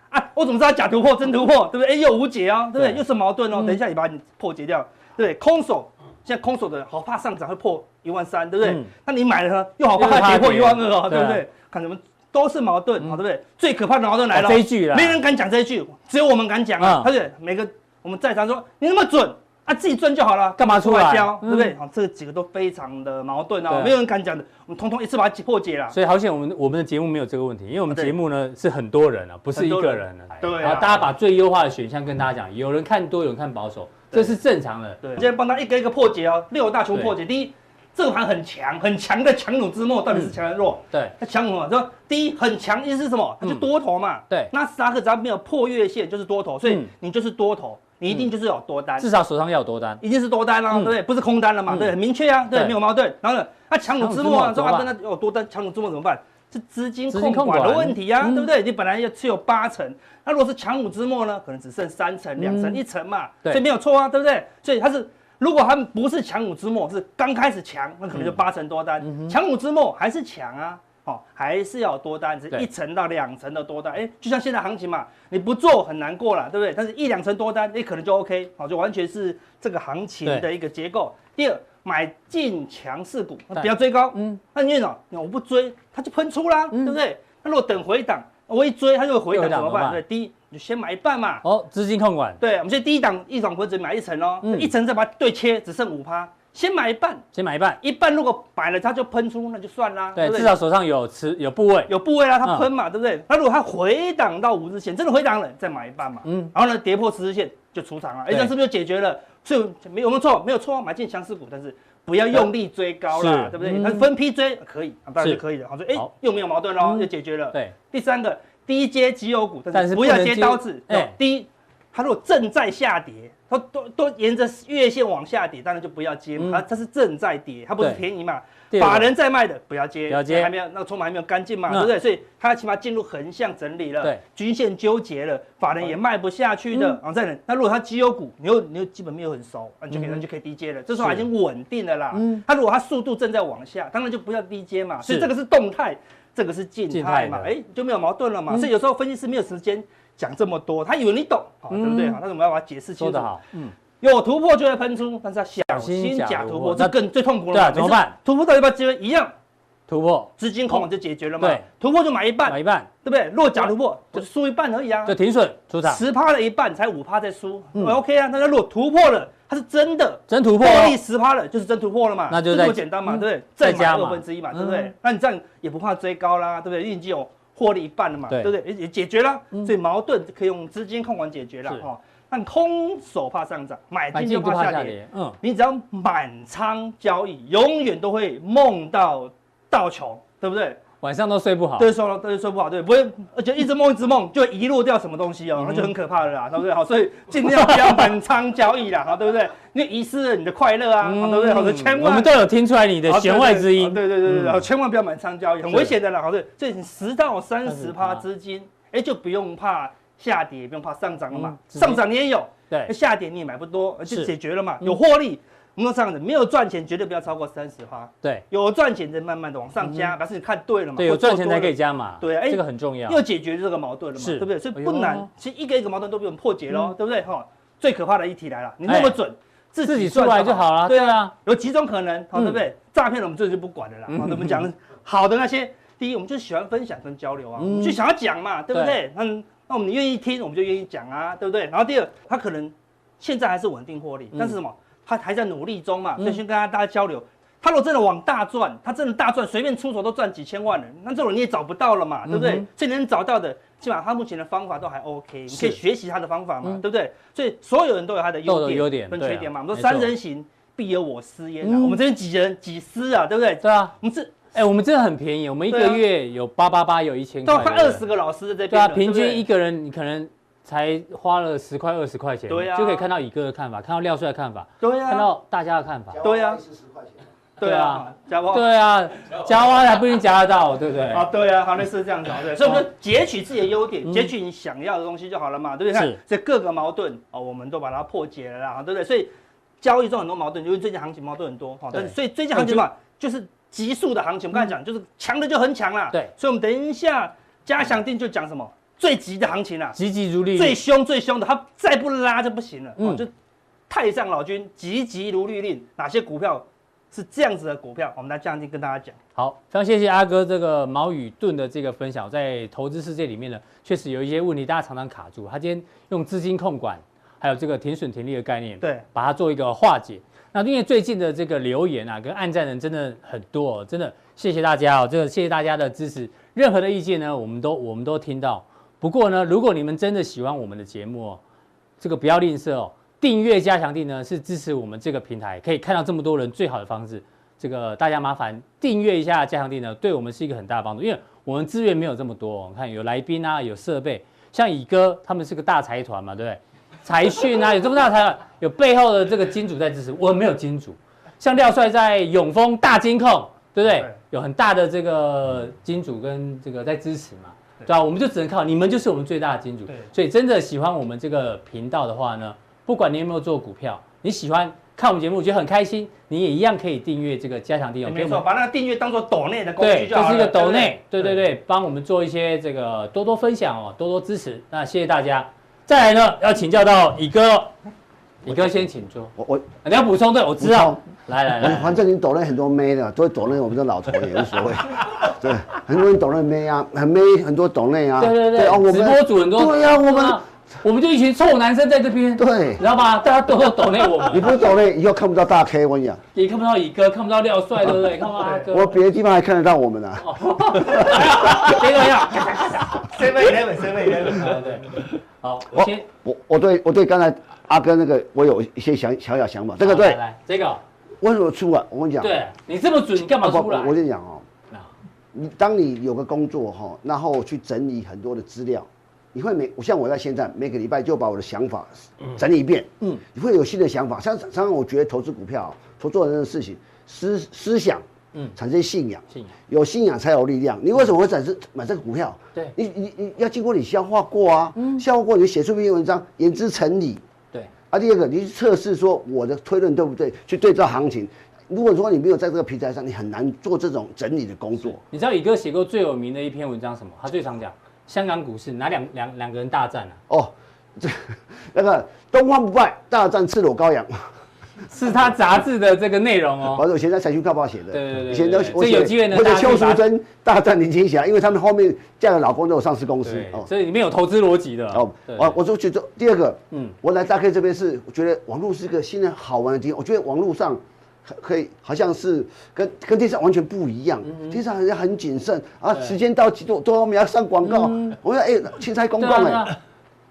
哎啊，我怎么知道假突破真突破？对不对？哎，又无解啊，对不对？
对
又是矛盾哦。
嗯
等一下也把你破解掉，对不对？空手现在空手的人好怕上涨会破一万三，对不对
嗯？
那你买了呢，又好怕
又怕
它跌破
跌
一万二哦，
对
对
啊嗯
不对？看什么都是矛盾，好，对不对？最可怕的矛盾来了
哦，这一句啦
没人敢讲这一句，只有我们敢讲啊
嗯，
对不对？每个我们在场说你那么准啊，自己赚就好了，
干嘛出来
教，对不对？
嗯
好，这几个都非常的矛盾
对
啊
啊，
没有人敢讲的，我们通通一次把它破解了。
所以好险，我们我们的节目没有这个问题，因为我们
对
节目呢是很多人啊，不是一个人啊。
多人对啊
然后大家把最优化的选项跟大家讲，有人看多，有人看保守，这
对
是正常的。
对，今天帮他一个一个破解哦，六大球破解。第一，这个盘很强，很强的强弩之末到底是强还是弱？
对
那强弩啊，说第一很强意思是什么？它就多头嘛。
嗯对
纳斯达克只要没有破月线就是多头，所以
嗯
你就是多头，你一定就是有多单，
至少手上要有多单。
一定是多单啦，
嗯
对不对？不是空单了嘛，
嗯
对，很明确啊，对，
对
没有矛盾。然后呢，那强弩之末
强弩之末
啊，说
怎么
啊，
办
那有多单，强弩之末怎么办？是资金
资
控
金控
管的
管
问题呀、
嗯
对不对？你本来要持有八成，那如果是强弩之末呢，可能只剩三成、两成、
嗯
一成嘛，
对
所以没有错啊，对不对？所以它是，如果他们不是强弩之末，是刚开始强，那
嗯
可能就八成多单。强弩之末还是强啊，哦，还是要有多单，只
对
一层到两层的多单。哎，就像现在行情嘛，你不做很难过了，对不对？但是一两层多单，你可能就 OK，好，就完全是这个行情
对
的一个结构。第二，买进强势股，
对
不要追高。
嗯，
那因为呢，我不追，它就喷出啦，对不对？那如果等回档，我一追它就回
又回
档怎
档
么
怎
办？
么
对，
办
第一你就先买一半嘛。
哦，资金控管，
对，我们现在第一档一档或者买一层哦，
嗯
一层再把它对切，只剩五趴，先买一半，
先买一半。
一半如果买了它就喷出，那就算啦，
对，
不
至少手上有持有部位。
有部位啦，它
嗯
喷嘛，对不对？那如果它回档到五日线，真的回档了，再买一半嘛。
嗯
嗯，然后呢，跌破十日线就出场了，哎，
对
这样是不是就解决了？所以没有没有错，没有错啊，买进强势股，但是不要用力追高啦
是，
对不对？
嗯
那分批追可以，啊当然
是
是可以的。好，所以哎
好，
又没有矛盾喽，
嗯
就解决了。
对，
第三个低阶绩优股，
但
但
是
是
不
不
能
要接
接
刀子，
哎
哎，第一它如果正在下跌，它都都沿着月线往下跌，当然就不要接嘛。啊，它是正在跌，它不是
对
便宜嘛
嗯对。
法人在卖的不要接，
不要接
还没有那个筹码还没有干净嘛，
嗯
对不对？所以它起码进入横向整理了，
对，嗯
均线纠结了，法人也卖不下去的，然后再等。那如果它绩优股，你又你又基本面又很熟，啊，你就可以、
嗯
那
哼
你就可以低接了，这时候已经稳定了啦。它如果它速度正在往下，当然就不要低接嘛。所以
是
这个是动态，这个是静
静态
态嘛，
的
哎，就没有矛盾了
嗯
嘛。所以有时候分析师没有时间讲这么多，他以为你懂，好，对不对？
嗯
哦好，那我们要把它解释清
说
楚
得。好，嗯，
有突破就会喷出，但是要小
心
心
假
假
突
突
破
破，这
那
更最痛苦了嘛。
对啊
每次
怎么办？
突破到一半机会一样，
突破
资金控就解决了嘛
对。
突破就买一半，
买一半
对不对？若假突破就输一半而已啊
就。停损出场，嗯
十趴的一半才五趴再输、o k 啊。那如果突破了，它是真的
真突破
获
哦
利十趴了，就是真突破了嘛，
那就
这
再
么简单嘛，
嗯
对不对？
再
再
加
加
嘛
二分之一嘛，对不对
嗯？
那你这样也不怕追高啦，对不对？因为你已经有获利一半了嘛，
对嗯
对不对？也也解决了，所以矛盾可以用资金控管解决了
是
哦。那你空手怕上涨，买
买
进
进
就
就
怕
怕
下
下
跌
跌，，嗯，
你只要满仓交易，永远都会梦到到穷，对不对？
晚上都睡不好，
对，说了，对，说不好，对，不会，而且一直梦一直梦，就会遗落掉什么东西
嗯
哦，那就很可怕了啦，对不对？好，所以尽量不要满仓交易啦，好，对不对？因为遗失了你的快乐啊，好对不对？好，所以千万
嗯我们都有听出来你的
好对
弦外
对
之
好
音，
对对对对，
嗯
好千万不要满仓交易，很
是
危险的啦，好，对，所以十到三十
30%
趴资金，哎，就不用怕下跌，也不用怕上涨了嘛
嗯，直接
上涨你也有，
对
那，下跌你也买不多，而
是嗯
且解决了嘛，有获利，我们都这样子，没有赚钱绝对不要超过三十趴。
对
有赚钱再慢慢的往上加，表示你看对了
嗯
嘛？
对，有
或做
赚钱
多
才
了
可以加码，
对哎
这个很重要，
又解决这个矛盾了嘛，
是
对不对？所以
哎
不
呦
难，其实一个一个矛盾都被我们破解喽，
嗯
对不对？哈，最可怕的一题来了，你那么准，自
自己出
算
来就好了，
对
对
啊，
啊，
有几种可能，好，
嗯
对不对？诈骗了我们这就不管了啦，好，我们讲好的那些，第一我们就喜欢分享跟交流
嗯
啊，我们就想要讲嘛，对不对？那那我们愿意听，我们就愿意讲啊，对不对？然后第二，他可能现在还是稳定获
嗯
利，但是什么？他还在努力中嘛，所以先跟大家交流。他如果真的往大赚，他真的大赚，随便出手都赚几千万了，那这种你也找不到了
嗯
嘛，对不对？所以能找到的，基本上他目前的方法都还 OK，你可以学习他的方法嘛，对不对？所以所有人都有他的
嗯都
优
有
点
优点
跟
对啊
缺点嘛。我们
没
说三
错
人行必有我师焉啊，
嗯
我们这边几人几师啊，对不对？
对啊，
我们这
哎，我们真的很便宜，我们一
对
个
啊
月有八八八，有一千
都
块，
快
对不
二
对
十个老师在这边
对啊，
了
平
不对
均一个人你可能才花了十块二十块钱，
对啊
就可以看到乙哥的看法，看到廖帅的看法，
对
看
啊，
到大家的看法。
对呀
是十块钱。
对
对啊
啊，加不？
对啊，夹弯还不一定夹得到，对不对？
啊，对啊，好类似这样子，对，所以我们就截取自己的优点，截取你想要的东西就好了嘛，对
嗯
不对？
是
看这各个矛盾哦，我们都把它破解了啦，对不对？所以交易中很多矛盾，因为最近行情矛盾很多哈，哦
对嗯
但是所以最近行情嘛，就是急速的行情，我刚才讲就是强的就很强啦，
对
所以我们等一下加强定就讲什么最急的行情啦，
急急如律
最
令，
凶最凶的，他再不拉就不行了。
嗯
哦，就太上老君急急如律令，哪些股票是这样子的股票？我们来这样去跟大家讲。
好，非常谢谢阿哥这个毛与盾的这个分享，在投资世界里面呢，确实有一些问题大家常常卡住。他今天用资金控管，还有这个停损停利的概念，
对，
把它做一个化解。那因为最近的这个留言啊，跟暗赞人真的很多、哦，真的谢谢大家哦，这个谢谢大家的支持，任何的意见呢，我们都我们都听到。不过呢，如果你们真的喜欢我们的节目哦，这个不要吝啬哦，订阅加强定呢是支持我们这个平台可以看到这么多人最好的方式。这个大家麻烦订阅一下加强定呢，对我们是一个很大的帮助，因为我们资源没有这么多、哦，你看有来宾啊，有设备，像乙哥他们是个大财团嘛，对不对？财讯 啊，有这么大的财团，有背后的这个金主在支持，我们没有金主。像廖帅在永丰大金控，对不对？
对
有很大的这个金主跟这个在支持嘛，对吧、我们就只能靠你们，就是我们最大的金主
对。
所以真的喜欢我们这个频道的话呢，不管你有没有做股票，你喜欢看我们节目，觉得很开心，你也一样可以订阅这个加强订阅，
哎没
给我
错，
们
把那个订阅当做抖内的工
对，
具就
就
好
是一
了。
个
对
抖
不对
内，对对对，帮我们做一些这个多多分享哦，多多支持。那谢谢大家。再来呢，要请教到乙哥哦，乙哥先请坐。
我我
啊你要补充，对我知道
补充。
来来
我
来，
反正你抖了很多妹的，都抖了我们的老头也无所谓。对，很多人抖了妹啊，很妹很多抖内啊。
对对
啊，
对，
我
直
们
播主很多。
对呀，我们
啊我们就一群臭男生在这边，
对
知道吧？大家多多抖内我
你
们，
不抖内，以后看不到大 K，我跟你讲，
也看不到乙哥，看不到廖帅，对不对？看不到阿哥。
我别的地方还看得到我们啊呢。
结果要
Seven Eleven Seven Eleven，
对对。好，我
我
先
我我对我对刚才阿哥那个，我有一些想小小想法。这个
好来
对，
来这个，
为什么出啊？我跟你讲，
对你这么准，你干嘛
我
出
我
来
我？跟你讲哦
啊，
你当你有个工作哈，然后去整理很多的资料，你会每像我在现在每个礼拜就把我的想法整理一遍，嗯，你会有新的想法。像常常我觉得投资股票、投做人的事情，思思想，嗯，产生信仰，
信仰
有信仰才有力量。你为什么会产生买这个股票？
对嗯
你你你要经过你消化过啊，消化过你写出一篇文章，言之成理，
对，
啊，第二个，你去测试说我的推论对不对，去对照行情。如果说你没有在这个平台上，你很难做这种整理的工作。
你知道宇哥写过最有名的一篇文章是什么？他最常讲香港股市哪两两两个人大 战啊？
哦，这那个东方不败大战赤裸羔羊，
是他杂志的这个内容
反
哦。
正我以前在财讯快报写的，
对对对对
以前都
对
我
这有机会呢
或者
大家可
邱
以把
淑贞大战林青霞，因为他们后面嫁的老公都有上市公司
对，
哦，
所以里面有投资逻辑的
哦
哦，。对
我我就觉得第二个，
嗯
嗯，我来大 K 这边是我觉得网络是一个现在好玩的地方，我觉得网络上可可以好像是跟跟电视上完全不一
嗯
样，电视上好像很谨慎啊，时间到几多多我们要上广告，我说哎，钦差公
对
公
啊嗯对
哎。
啊，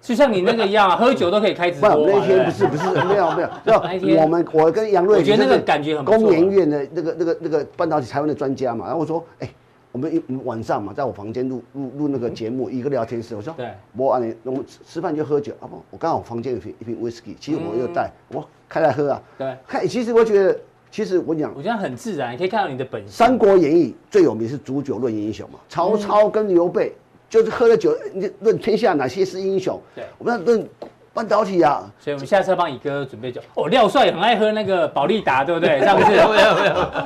就像你那个一 样啊，喝酒都可以开直
不，
播嘛。
那一天
对
不是不是没有没有，
那一天
我们我跟杨瑞，
我觉得那个
就是
感觉很不错啊
工研院的那个那个那个半导体台湾的专家嘛，然后我说，哎，我们一我们晚上嘛，在我房间录录录那个节目，一个聊天室，我说，
对
我按你，我们吃吃饭就喝酒，啊不，我刚好房间有一瓶一瓶 whisky，其实我又带，
嗯
我开来喝啊，
对
看，其实我觉得，其实我讲
我。觉得很自然，可以看到你的本
《
性。
三国演义》最有名是煮酒论英雄嘛，曹操跟刘
嗯
备就是喝了酒，你论天下哪些是英雄。
对
我们要论半导体啊，
所以我们下次要帮乙哥准备酒。哦，廖帅也很爱喝那个宝利达，对不 对？上次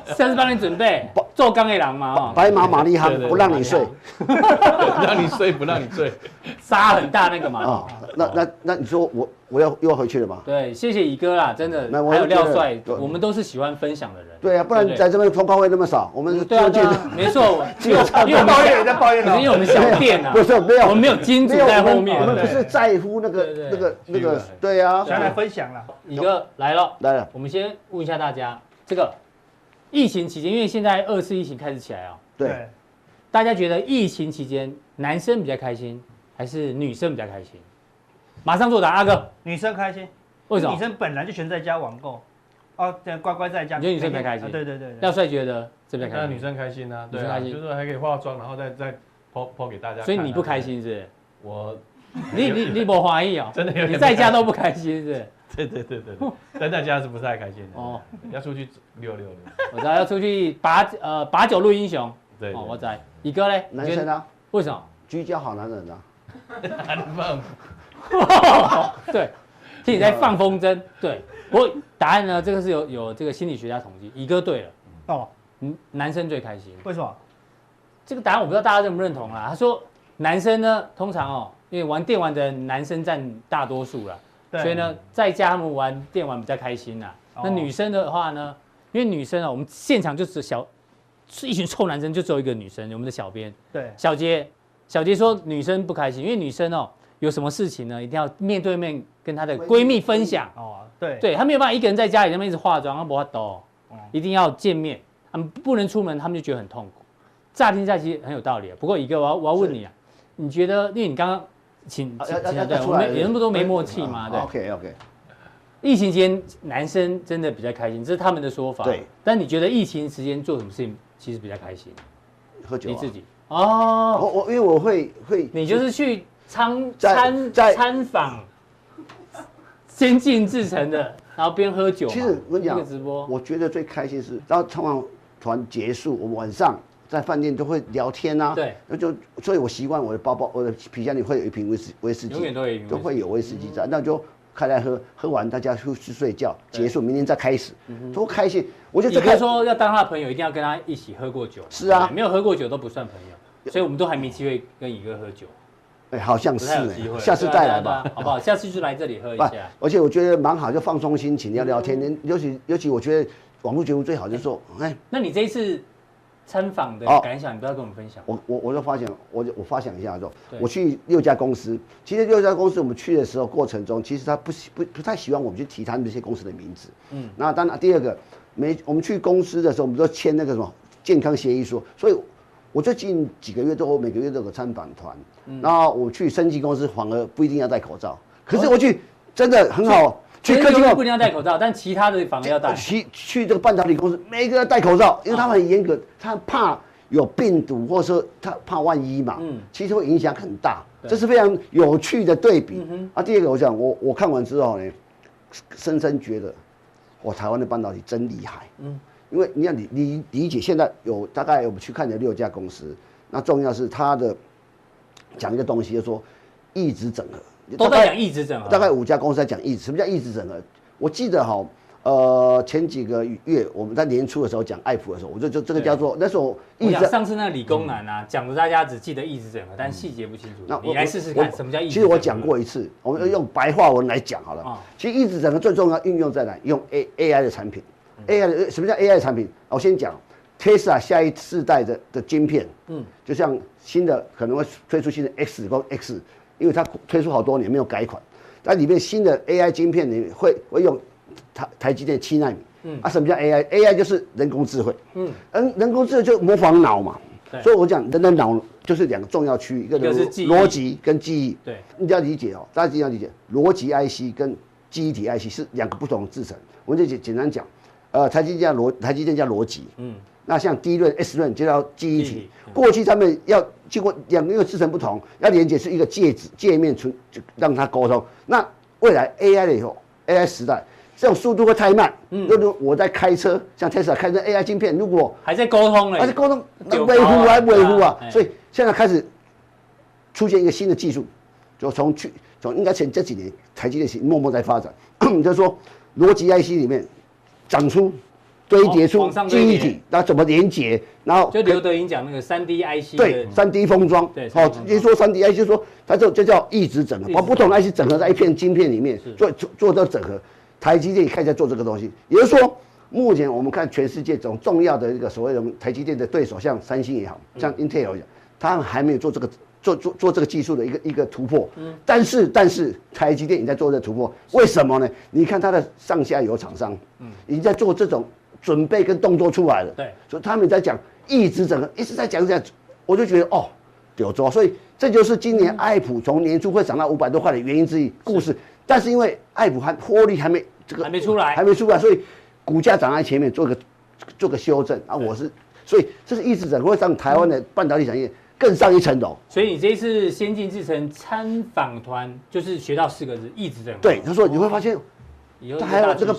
下次帮你准备做钢铁狼嘛，哦，
白马玛丽哈
对对对
不让你睡
让你睡不让你 醉，
沙很大那个嘛。
啊
哦。
那那那你说我我要又要回去了吗？
对，谢谢乙哥啦，真的，
那我
还有
觉得
廖帅，
对
我们都是喜欢分享的人。
对啊，不
对
然在这边通告会那么少，我们
对啊，
中
对
间
啊，没 错，因
只
为
有
我
唱
因为我们
抱
小
怨在抱怨
可是因为我们
没
小
有
店啊，
不是没有，
我们没有金主
没有
在后
我们不
面。
是在乎那个
对对
那个那
虚
个
伪
对啊，
想来分享了。
乙哥来了，
来了，
我们先问一下大家，这个疫情期间，因为现在二次疫情开始起来啊，
对，，
大家觉得疫情期间男生比较开心还是女生比较开心？马上作答，阿哥，
女生开心，
为什
女
么？
生本来就全在家网购，哦，对，乖乖在家。
你觉得女生比较开心
啊对对对
廖
对。
帅觉得这边
那
开
女
心，
生开心啊，
女
对
生
啊，
开心
就是还可以化妆，然后再再剖剖给大家看啊。
所以你不开心是不是？
我
你你你不怀疑哦？
真的有点
你在家都不开心是不是？
对对对对，对但在家是不是太开心的
哦
哦，要出去溜溜溜。
我知道要出去把呃把酒论英雄
对，
哦，我
对
知道。乙哥嘞？
男生
呢？
啊，
为什么？
居家好男人啊，
对，听你在放风筝。对，不过答案呢？这个是有有这个心理学家统计，乙哥对了，
哦，
嗯，男生最开心。
为什么？
这个答案我不知道大家认不认同啊啦。他说男生呢，通常哦，因为玩电玩的男生占大多数啦，
对
所以呢，在家他们玩电玩比较开心啦。
哦
那女生的话呢，因为女生啊，我们现场就只有小是一群臭男生，就只有一个女生，我们的小编
对，
小杰，小杰说女生不开心，因为女生哦有什么事情呢，一定要面对面跟她的闺蜜分享。
哦，对，
对她没有办法一个人在家里那边一直化妆，她不会抖
嗯
哦，
一定要见面，他们不能出门，他们就觉得很痛苦。乍听下其实很有道理啊，不过一个我要我要问你啊，你觉得因为你刚刚请
啊
请
要要
请
要
对，
要
我
出来啊
们有那么多没默契嘛，对。
？OK OK，
疫情期间男生真的比较开心，这是他们的说法。
对。
但你觉得疫情期间做什么事情其实比较开心？
喝酒
你
啊
自，己哦，
我我因为我会会
你就是去参
在
参
在
参访先进制成的，然后边喝酒嘛。
其实我跟你
那
讲
个直播，
我觉得最开心是，然后唱完团结束，我们晚上在饭店都会聊天啊。
对，
那就所以我习惯我的包包，我的皮箱里会有一瓶威士威士忌，
永远都会有一瓶威士忌
都会有威士忌在，那就开来喝，喝完大家去去睡觉，结束明天再开始，
嗯
多开心！我觉得
你
这
哥
开
说要当他的朋友，一定要跟他一起喝过酒。
是啊
对没有喝过酒都不算朋友，所以我们都还没机会跟乙哥喝酒，
哎，好像
不
是
太有
哎
机会。啊
下次再
对啊
来吧
对啊对啊。好不好？下次就来这里喝一
不
下。，
而且我觉得蛮好，就放松心情，要聊天。尤其尤其，我觉得网络节目最好就是说，哎，
那你这一次参访的
哦
感想，你不要跟我们分享。
我我我就发现，我就我发想一下说
对，
我去六家公司，其实六家公司我们去的时候过程中，其实他不喜不不太喜欢我们去提他们这些公司的名字。嗯，那当然第二个，没我们去公司的时候，我们都签那个什么健康协议书，所以我最近几个月都我每个月都有个参访团，
嗯
然后我去升级公司反而不一定要戴口罩，可
哦
是我去真的很好，去科技
不
公
一定要戴口罩，但其他的反而要戴。啊
去去这个半导体公司，每一个要戴口罩，因为他们很严格，他怕有病毒，或者说他怕万一嘛，
嗯
其实会影响很大。这是非常有趣的对
嗯
比。啊，第二个我想我我看完之后呢，深深觉得，我台湾的半导体真厉害。嗯，因为你要理理理解，现在有大概我们去看的六家公司，那重要是它的讲一个东西，就是说一直整合，
都在讲啊一直整合，
大概五家公司在讲一直，什么叫一直整合？我记得哈，呃，前几个月我们在年初的时候讲爱普的时候，我就就这个叫做那时候
啊我
一
想
直。
上次那个理工男啊，讲的大家只记得一直整合，但细节不清楚。
嗯那我
你来试试
我
看什么叫一直整合。
其实我讲过一次，我们用白话文来讲好了。
嗯啊
其实一直整个最重要运用在哪？用 A A I 的产品，AI
嗯
的什么叫 AI 的产品？啊我先讲 Tesla 下一世代的的晶片，嗯，就像新的可能会推出新的 X 光 X，因为它推出好多年没有改款，但里面新的 AI 晶片里面会会用台台积电七纳米。嗯，啊，什么叫 AI？AI 就是人工智慧。嗯，人人工智慧就模仿脑嘛
对。
所以我讲人的脑就是两个重要区域，一个
一个是记忆
逻辑跟记忆。
对，
你要理解哦，大家一定要理解，逻辑 IC 跟记忆体 IC 是两个不同的制成。我就简简单讲，呃，台积电叫逻，台积电叫逻辑，嗯，那像 D 润、S 润就叫记
记
忆
忆体嗯
体。过去他们要经过两个制成不同，要连接是一个介质界面存，就让它沟通。那未来 AI 了以后，AI 时代。这种速度会太慢。嗯，如果我在开车，像 Tesla 开车 AI 晶片，如果
还在沟通嘞，
而且啊沟通那
丢
维护
包啊
啊维护啊
对啊，
所以现在开始出现一个新的技术，就从去从应该前这几年台积电是默默在发展， 就是说逻辑 IC 里面长出堆叠
哦
出
往上堆
记
叠
忆体，然后怎么连接，然后
就
可以
刘德英讲那个三 D IC
对
的，
三 D 封装，
对
好
3D 封，装
一说三 D IC 就说它这就叫一直整合
一直，
把
整合
不同的 IC 整合在一片晶片里面做做做到整合。台积电也开始在做这个东西，也就是说，目前我们看全世界总重要的一个所谓的台积电的对手，像三星也好像
嗯
Intel 也好，他们还没有做这个做做做这个技术的一个一个突破。
嗯
但是但是台积电也在做这个突破，为什么呢？你看它的上下游厂商，已经在做这种准备跟动作出来了。
嗯对
所以他们在讲一直整个一直在讲讲，我就觉得哦，柳州，所以这就是今年爱普从年初会涨到五百多块的原因之一故事。但是因为爱普还获利还没这个
还没出来
还没出来，所以股价涨在前面做个做个修正啊。我是所以这是一直整个会让台湾的半导体产业更上一层楼。
所以你这一次先进制程参访团，就是学到四个字，一直整合。
对，他说你会发现
以后
还有这个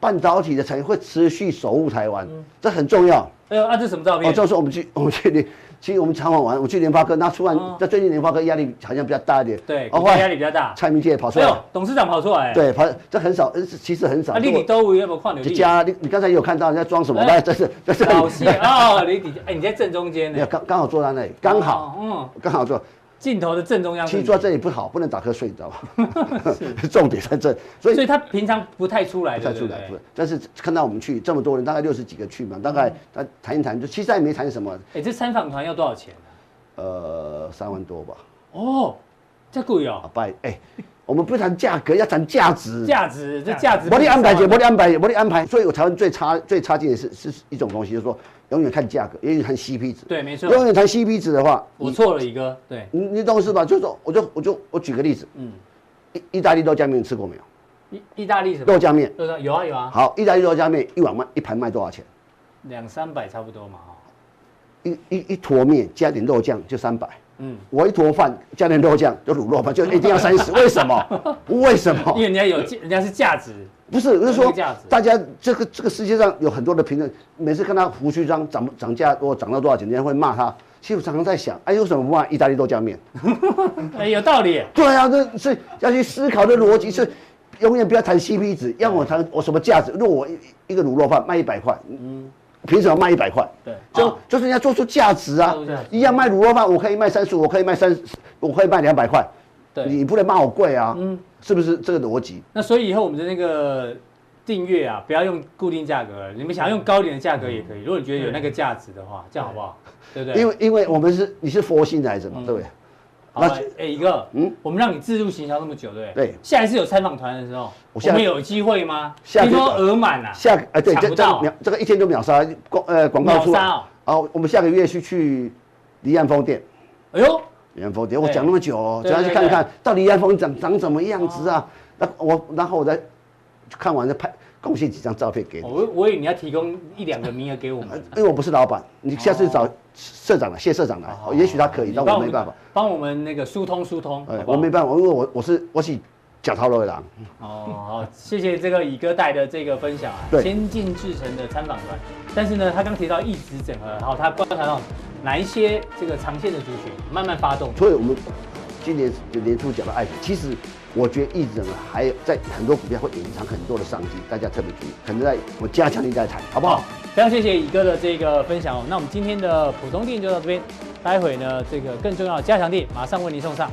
半导体的产业会持续守护台湾，
嗯
这很重要。
哎呦，啊，这什么照
哦，
片？
这时候我们去， 我们去联，其实我们常常玩，我去联发科，那突然
哦
在最近联发科压力好像比较大一点，
对，
哦
股价压力比较大。
蔡明介跑出
哎
来，
呦，董事长跑出来。，
对，跑这很少，呃其实很少。
啊，
如
你
果
你都有没有看到
就
你？
加你，你刚才有看到人家装什么？
哎
那这是这是
老谢哦，你底哎，你在正中间
没有
呢，
刚刚好坐在那里，刚好
哦，嗯，
刚好坐。
镜头的正中央。
其实坐在这里不好，不能打瞌睡，你知道 吗？ 重点在这，所以
所以他平常不太出来，
不太
对
出
不
来，
对
不是。但是看到我们去这么多人，大概六十几个去嘛，大
嗯
概他谈一谈，就其实也没谈什么，
哎，这参访团要多少钱啊？
呃，三万多吧。
哦，这贵哦
啊，，拜哎，我们不谈价格，要谈价值。
价值啊这价值。
我得嗯安排姐，我得安排，我得安排。所以，我台湾最差最差劲的是是一种东西，就是说永远看价格，永远看 CP 值。
对，没啊错，
永远谈 CP 值的话，
我错了一个，对，
你你懂我意思吧？就是说，我就我就我举个例子，嗯，意意大利肉酱面吃过没有？
意意大利什么
肉？酱面
对对，有啊有啊，
好，意大利肉酱面一碗卖一盘卖多少钱？
两三百差不多嘛哈。
一一一坨面加点肉酱就三百，
嗯
嗯，我一坨饭加点肉酱就卤肉饭就一定要三 十，为什么？为什么
因？为人家有价，人家是价值，
不是，我是
有
说
价值，
大家这个这个世界上有很多的评论，每次看他胡须章涨涨价或涨到多少钱，人家会骂他。其实我常常在想，哎，为什么不骂意大利豆浆面？ 哦
哎，有道理。
对啊，这是要去思考的逻辑是，永远不要谈 CP 值，要我谈我什么价值？如果我一一个卤肉饭卖一百块，嗯，凭什么卖一百块？
对
就、
啊
就是人家做出价值啊
做出价值，
一样卖卤肉饭，我可以卖三十，我可以卖三，我可以卖两百块，
对，
你不能骂我贵啊，嗯，是不是这个逻辑？
那所以以后我们的那个订阅啊，不要用固定价格了，你们想要用高点的价格也可以。如果你觉得有那个价值的话，这样好不好？对不对？
嗯
嗯
因为因为我们是你是佛性的孩子嘛，对不对？
好吧
那就
哎，一个，嗯
嗯，
我们让你自助行销那么久，对不对？
对
下一次有参访团的时候，
我
我
下
们有机会吗？
下
听
次
说额满啊，
下个哎对，
抢
这
不
这
到
个秒这个一天就秒杀广呃广告出
秒
来
杀哦
好我们下个月去去离岸风店。
哎呦，
李安峰店，我
对
讲那么久、哦，
对
等下
对哦
去看
对
看到底李安峰长长什么样子啊？那我然后我再看完再拍贡献几张照片给你。呃
我我以为你要提供一两个名额给我们，
因为我不是老板，你下次
哦
找社长来，谢社长来，哎也许他可以，但我没办法。，
帮我们那个疏通疏通。
哎
好，不好
我没办法，因为我我是我是脚头的狼。
哦，好，谢谢这个乙哥带的这个分享啊，
对
先进制成的参访团。但是呢，他刚提到一直整合，好，他观察到哪一些这个长线的族群慢慢发动。
所以我们今年就年初讲到爱普，其实我觉得一直还有在很多股票会隐藏很多的商机，大家特别注意，可能在我加强力再谈，好不好？
非常谢谢乙哥的这个分享哦。那我们今天的普通店就到这边，待会呢这个更重要的加强店马上为您送上。